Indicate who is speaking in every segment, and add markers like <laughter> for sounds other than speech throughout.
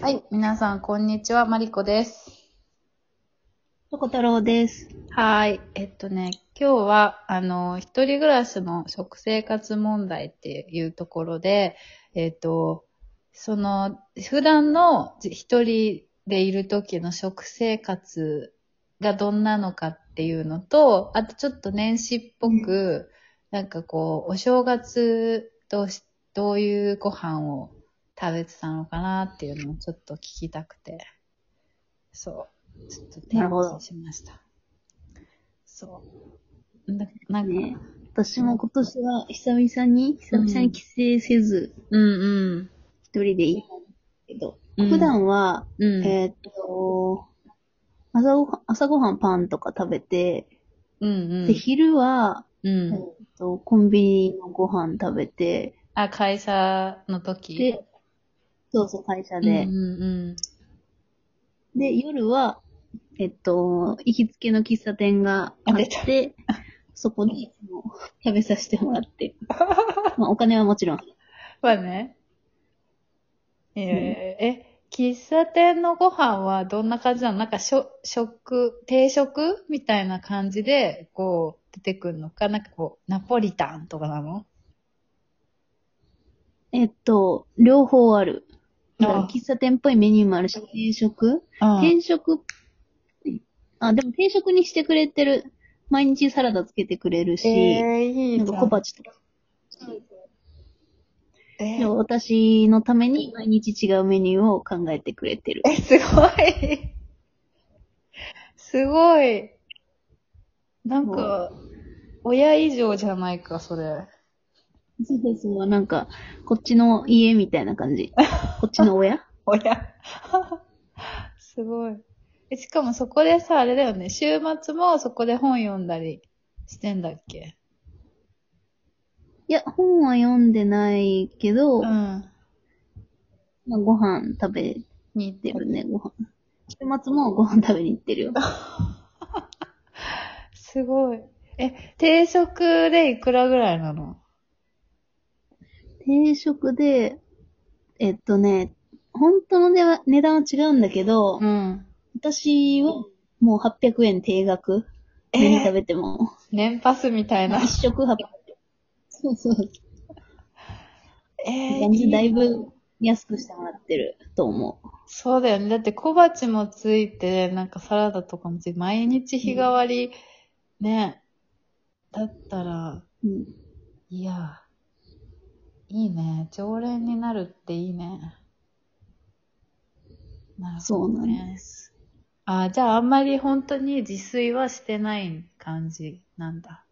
Speaker 1: はい、皆さん、こんにちは、マリコです。
Speaker 2: とこ太郎です。
Speaker 1: はい、えっとね、今日は、あの、一人暮らしの食生活問題っていうところで、えっと、その、普段のじ一人でいる時の食生活がどんなのかっていうのと、あとちょっと年始っぽく、なんかこう、お正月としどういうご飯を食べてたのかなっていうのをちょっと聞きたくて、そう、ちょっと提
Speaker 2: なるほど
Speaker 1: 案しました。そう。ななんか、
Speaker 2: ね、私も今年は久々に、久々に帰省せず、
Speaker 1: うんうん。
Speaker 2: 一人でいいけど、
Speaker 1: うん
Speaker 2: 普段は、
Speaker 1: うん。
Speaker 2: えーっと、朝ごはん、朝ごはんパンとか食べて、
Speaker 1: うんうん
Speaker 2: で、昼は、
Speaker 1: う
Speaker 2: えー
Speaker 1: ん。
Speaker 2: っと、コンビニのご飯食べて、
Speaker 1: あ、会社の時
Speaker 2: で、そうそう、会社
Speaker 1: で、
Speaker 2: で
Speaker 1: う。んうん
Speaker 2: で、夜は、えっと、行きつけの喫茶店があって、そこでいつも食べさせても
Speaker 1: <laughs>
Speaker 2: らって。まあ、お金はもちろん。
Speaker 1: まあね。いやいやいやえ、喫茶店のご飯はどんな感じなのなんかしょ、食、定食みたいな感じで、こう、出てくるのかなんかこう、ナポリタンとかなの
Speaker 2: えっと、両方ある。だから
Speaker 1: あ
Speaker 2: 喫茶店っぽいメニューもあるし、定食
Speaker 1: うん。
Speaker 2: 定食、あ、でも定食にしてくれてる。毎日サラダつけてくれるし、
Speaker 1: えー、い
Speaker 2: ないん
Speaker 1: じ
Speaker 2: か
Speaker 1: ゃ
Speaker 2: 小
Speaker 1: ん。
Speaker 2: 鉢とか。
Speaker 1: え
Speaker 2: で
Speaker 1: ー
Speaker 2: 私のために毎日違うメニューを考えてくれてる。
Speaker 1: え、すごい。すごい。なんか、親以上じゃないか、それ。
Speaker 2: そうそうそう、なんか、こっちの家みたいな
Speaker 1: <laughs>
Speaker 2: 感じ。こっちの親
Speaker 1: 親。 <laughs> すごい。え、しかもそこでさ、あれだよね、週末もそこで本読んだりしてんだっけ
Speaker 2: いや、本は読んでないけど、
Speaker 1: う
Speaker 2: まあ、
Speaker 1: ん。
Speaker 2: ご飯食べ
Speaker 1: 似て
Speaker 2: て
Speaker 1: る。
Speaker 2: るね、ご飯。週末もご飯食べに行ってるよ。
Speaker 1: すごい。え、定食でいくらぐらいなの
Speaker 2: 定食で、えっとね、本当のでは値段は違うんだけど、
Speaker 1: ん。
Speaker 2: 私はもう800円定額。
Speaker 1: え
Speaker 2: 何食べても。
Speaker 1: 年パスみたいな。
Speaker 2: 一食800円。そうそう。
Speaker 1: え <laughs> ー
Speaker 2: 感じだいぶ安くしてもらってると思う。
Speaker 1: そうだよね。だって小鉢もついて、なんかサラダとかもついて、毎日日替わり、ね。だったら、
Speaker 2: うん、
Speaker 1: いや、いいね。常連になるっていいね。なる
Speaker 2: そ
Speaker 1: ほ
Speaker 2: う
Speaker 1: ど
Speaker 2: なん
Speaker 1: ね。
Speaker 2: です。
Speaker 1: あ、じゃああんまり本当に自炊はしてない感じなんだ。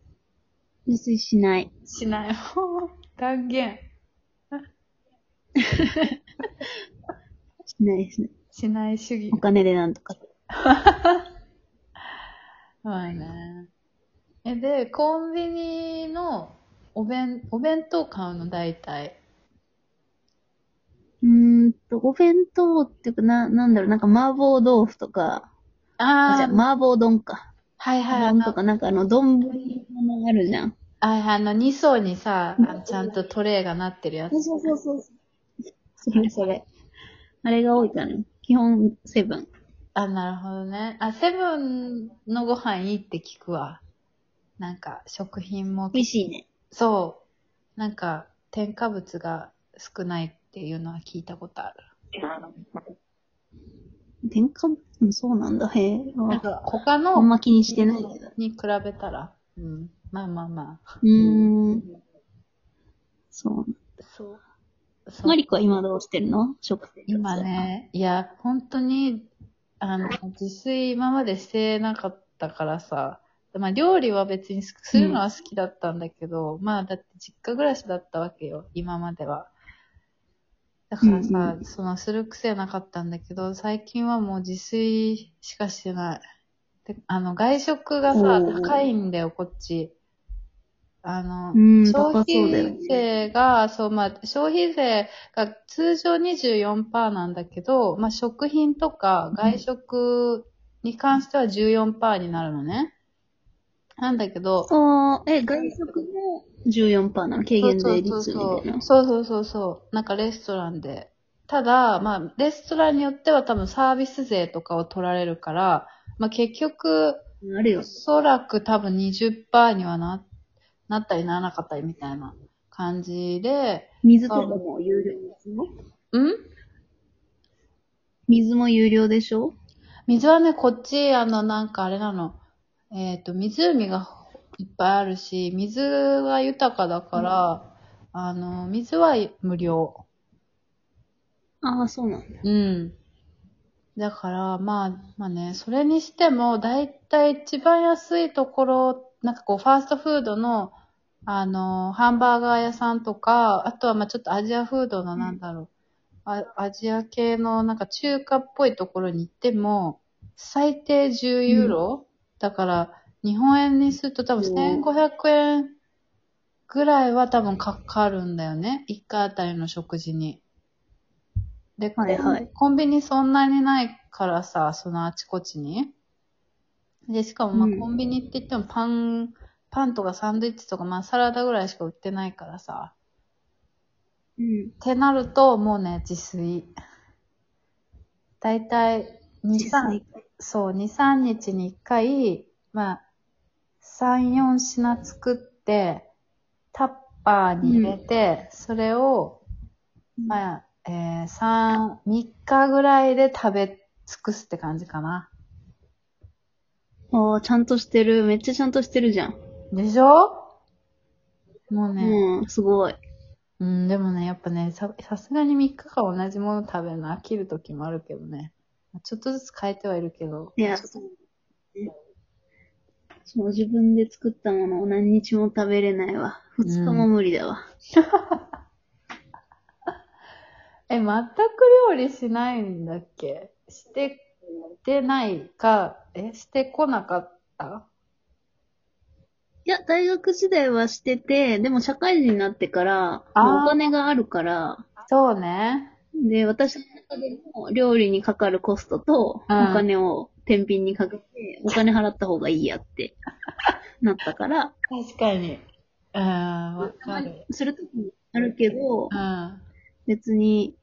Speaker 2: 自炊しない。
Speaker 1: しない。 <laughs> 断言。
Speaker 2: しないですね。
Speaker 1: しない主義
Speaker 2: お。金でなんとか。
Speaker 1: はいね。え、で、コンビニのお弁、お弁当買うの大体。
Speaker 2: うーんと、お弁当っていうか、な、なんだろう、なんか麻婆豆腐とか、あ、
Speaker 1: あ
Speaker 2: じゃあ
Speaker 1: ー、
Speaker 2: 麻婆丼か。
Speaker 1: はいはい、あ
Speaker 2: 丼
Speaker 1: の、
Speaker 2: と
Speaker 1: はい
Speaker 2: か、なんかあの、丼物のあるじゃん。
Speaker 1: はい、あの、2層にさ、あのちゃんとトレイがなってるやつ。
Speaker 2: そうそうそう。それそれ。あれが多いかな。基本、セブン。
Speaker 1: あ、なるほどね。あ、セブンのご飯いいって聞くわ。なんか、食品も、
Speaker 2: 美味しいね。
Speaker 1: そう、なんか、添加物が少ないっていうのは聞いたことある。
Speaker 2: 添加物もそうなんだ。へえ。
Speaker 1: なんか、他
Speaker 2: あん
Speaker 1: の
Speaker 2: ま気にしてないけど。
Speaker 1: に比べたら、うん、まあまあまあ。
Speaker 2: うーん。そう。
Speaker 1: そう。そう
Speaker 2: マリコは今どうしてるの食生活
Speaker 1: 今。ね、いや、本当に、あの、自炊今までしてなかったからさ、まあ料理は別にすするのは好きだったんだけど、まあだって実家暮らしだったわけよ、今までは。だからさ、
Speaker 2: うん
Speaker 1: そのする癖なかったんだけど、最近はもう自炊しかしてない。であの、外食がさ、
Speaker 2: おー
Speaker 1: 高いんだよ、こっち。あの、
Speaker 2: うん、
Speaker 1: 消
Speaker 2: 高そうだよ
Speaker 1: 費
Speaker 2: ね。
Speaker 1: 税が、そう、まあ、消費税が通常24%なんだけど、まあ、食品とか外食に関しては14%になるのね。なんだけど、
Speaker 2: ああ、え、外食も14%なの軽減税率みたい
Speaker 1: そう
Speaker 2: な。
Speaker 1: そうそうそうそうそうそうそうなんかレストランでただ、まあ、レストランによっては多分サービス税とかを取られるから、まあ結局、
Speaker 2: あるよ
Speaker 1: お。そらく多分20%にはな、なったりならなかったりみたいな感じで、
Speaker 2: 水とかも有料ですよ。
Speaker 1: ん
Speaker 2: 水も有料でしょ
Speaker 1: 水はね、こっち、あの、なんかあれなの、えっ、と、湖がいっぱいあるし、水は豊かだから、あの、水は無料。
Speaker 2: ああ、そうなんだ。
Speaker 1: うん。だから、まあ、まあね、それにしても、だいたい一番安いところ、なんかこう、ファーストフードの、あの、ハンバーガー屋さんとか、あとはまあちょっとアジアフードのなんだろう、あアジア系のなんか中華っぽいところに行っても、最低10ユーロ、だから、日本円にすると多分
Speaker 2: うん
Speaker 1: 1500円ぐらいは多分かかるんだよね。1回あたりの食事に。で、
Speaker 2: はいはい
Speaker 1: コンビニそんなにないからさ、そのあちこちに。で、しかもま
Speaker 2: うん
Speaker 1: あコンビニって言ってもパン、パンとかサンドイッチとかまあサラダぐらいしか売ってないからさ。
Speaker 2: うん。
Speaker 1: ってなると、もうね、自炊。だいたい2、
Speaker 2: 実
Speaker 1: 3
Speaker 2: 際、。
Speaker 1: そう、2、3日に1回、まあ、3、4品作って、タッパーに入れて、それを、まあ、えー、3、3日ぐらいで食べ尽くすって感じかな。
Speaker 2: ああ、ちゃんとしてる。めっちゃちゃんとしてるじゃん。
Speaker 1: でしょもうね、
Speaker 2: うん、すごい。
Speaker 1: うん、でもね、やっぱね、さ、さすがに3日間同じもの食べるの飽きる時もあるけどね。ちょっとずつ変えてはいるけど。
Speaker 2: いや、そう。その自分で作ったものを何日も食べれないわ。二日も無理だわ。
Speaker 1: え、全く料理しないんだっけして、してないか、え、してこなかった
Speaker 2: いや、大学時代はしてて、でも社会人になってから、
Speaker 1: あー
Speaker 2: お金があるから、
Speaker 1: そうね。
Speaker 2: で、私の中でも料理にかかるコストと、お
Speaker 1: うん
Speaker 2: 金を天秤にかけて、お金払った方がいいやって <laughs> なったから、
Speaker 1: 確かに。うん、わかる。
Speaker 2: するときもあるけど
Speaker 1: う、ん。
Speaker 2: 別に、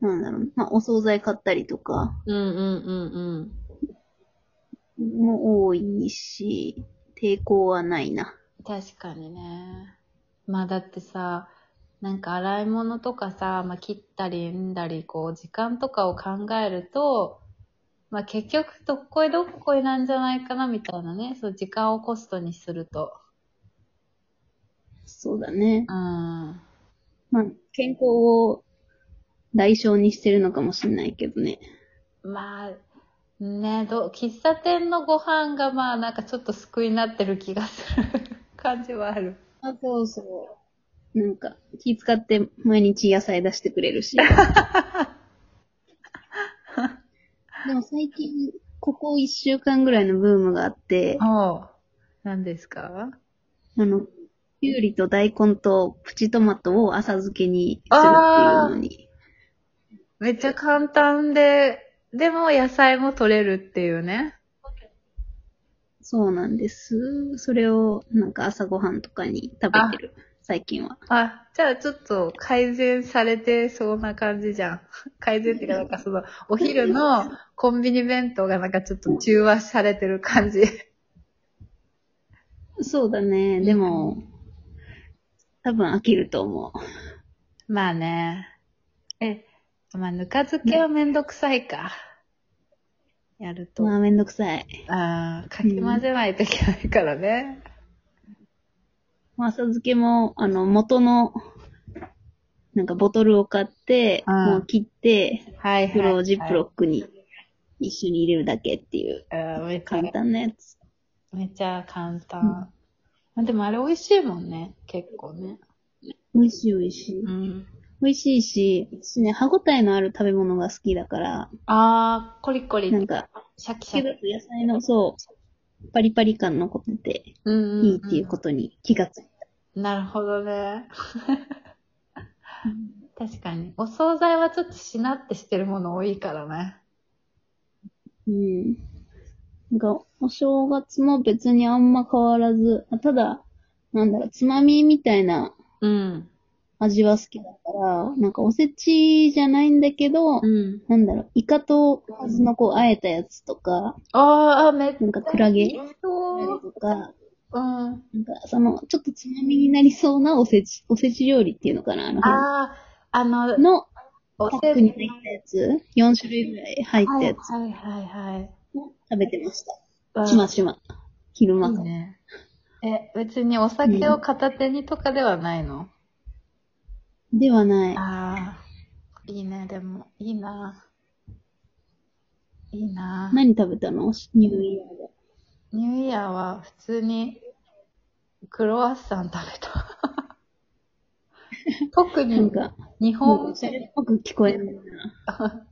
Speaker 2: なんだろう、まあ、お惣菜買ったりとか
Speaker 1: うんうんうんうん。
Speaker 2: も多いし、抵抗はないな。
Speaker 1: 確かにね。まあだってさ、なんか洗い物とかさ、まあ切ったり産んだり、こう時間とかを考えると、まあ結局どっこいどっこいなんじゃないかなみたいなね、そう時間をコストにすると。
Speaker 2: そうだね
Speaker 1: う。ん。
Speaker 2: まあ、健康を代償にしてるのかもしれないけどね。
Speaker 1: まあ、ねど、喫茶店のご飯がまあなんかちょっと救いになってる気がする感じはある。
Speaker 2: あ、そうそう。なんか、気使って毎日野菜出してくれる <laughs> し。でも最近、ここ一週間ぐらいのブームがあって、あ
Speaker 1: おう。何ですか
Speaker 2: の、きゅうりと大根とプチトマトを浅漬けにするっていうのに。
Speaker 1: めっちゃ簡単で、でも野菜も取れるっていうね。
Speaker 2: そうなんです。それを、なんか朝ごはんとかに食べてる。最近は。
Speaker 1: あ、じゃあちょっと改善されてそうな感じじゃん。 <laughs> 改善っていうか、なんかその、お昼のコンビニ弁当がなんかちょっと中和されてる感じ。
Speaker 2: そうだね。でも、多分飽きると思う。
Speaker 1: まあね。え、まあ、ぬか漬けはめんどくさいか。やると。
Speaker 2: まあめんどくさい。
Speaker 1: ああ、かき混ぜないといけないからね。
Speaker 2: まあ、浅漬けも、あの、元の、なんかボトルを買って、
Speaker 1: うん
Speaker 2: もう切って、
Speaker 1: はいはい、
Speaker 2: 袋
Speaker 1: は
Speaker 2: を
Speaker 1: い。
Speaker 2: ジップロックに一緒に入れるだけっていう、
Speaker 1: あーめっちゃ
Speaker 2: 簡単なやつ。
Speaker 1: めっちゃ簡単。まあ、でもあれ美味しいもんね。結構ね。
Speaker 2: 美味しい美味しい。
Speaker 1: うん。
Speaker 2: 美味しいし、私ね、歯ごたえのある食べ物が好きだから、
Speaker 1: ああ、コリコリ
Speaker 2: な、んか、
Speaker 1: シャキシ
Speaker 2: け
Speaker 1: ャキ
Speaker 2: ど。野菜の、そう、パリパリ感残ってて、
Speaker 1: うんうん。
Speaker 2: いいっていうこととに気がついた。
Speaker 1: なるほどね。 <laughs> 確かに。お惣菜はちょっとしなってしてるもの多いからね。
Speaker 2: うん。なんか、お正月も別にあんま変わらず、あただ、なんだろう、つまみみたいな
Speaker 1: うん。
Speaker 2: 味は好きだから、なんかおせちじゃないんだけど、
Speaker 1: うん。
Speaker 2: なんだろう、イカと数の子あえたやつとか、
Speaker 1: あーあ、めっちゃ。
Speaker 2: なんかクラゲ
Speaker 1: そう。
Speaker 2: とか、
Speaker 1: うん。あ
Speaker 2: なんかその、ちょっとつまみになりそうなおせち、おせち料理っていうのかなあの辺
Speaker 1: あー、あの、
Speaker 2: の
Speaker 1: お
Speaker 2: パ
Speaker 1: せ
Speaker 2: ックに入ったやつ、4種類ぐらい入ったやつ
Speaker 1: はいはいはい
Speaker 2: を食べてました。
Speaker 1: はい。
Speaker 2: しましま。昼間
Speaker 1: いいね。え、別にお酒を片手にとかではないの、
Speaker 2: ではない。
Speaker 1: ああ、いいね、でも、いいな。いいな。
Speaker 2: 何食べたのニューイヤーで。
Speaker 1: ニューイヤーは普通にクロワッサン食べた。
Speaker 2: <laughs>
Speaker 1: 特
Speaker 2: なん
Speaker 1: に
Speaker 2: か、
Speaker 1: 日
Speaker 2: も
Speaker 1: 本
Speaker 2: う、それっぽく聞こえるな。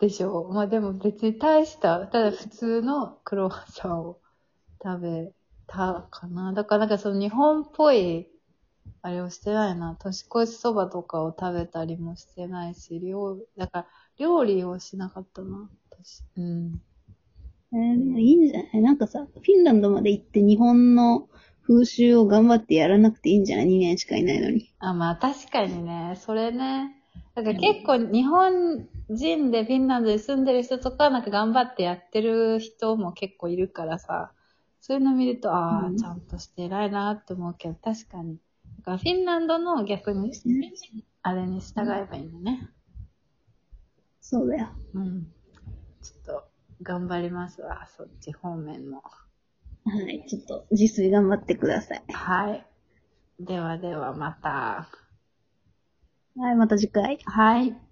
Speaker 1: でしょう。まあでも別に大した、ただ普通のクロワッサンを食べたかな。だからなんかその日本っぽい、あれをしてないな。年越しそばとかを食べたりもしてないし、料だから料理をしなかったな。年うん。
Speaker 2: えー、でもいいんじゃないなんかさ、フィンランドまで行って日本の風習を頑張ってやらなくていいんじゃない ?2 年しかいないのに。
Speaker 1: あ、まあ確かにね、それね。だから結構日本人でフィンランドに住んでる人とか、なんか頑張ってやってる人も結構いるからさ、そういうの見ると、あ
Speaker 2: う
Speaker 1: あ、
Speaker 2: ん
Speaker 1: ちゃんとして偉いなって思うけど、確かに。だからフィンランドの逆に、あれに従えばいいのね。
Speaker 2: そうだよ。
Speaker 1: うん。ちょっと、頑張りますわ、そっち方面も。
Speaker 2: はい。ちょっと、自炊頑張ってください。
Speaker 1: はい。ではではまた。
Speaker 2: はい、また次回。
Speaker 1: はい。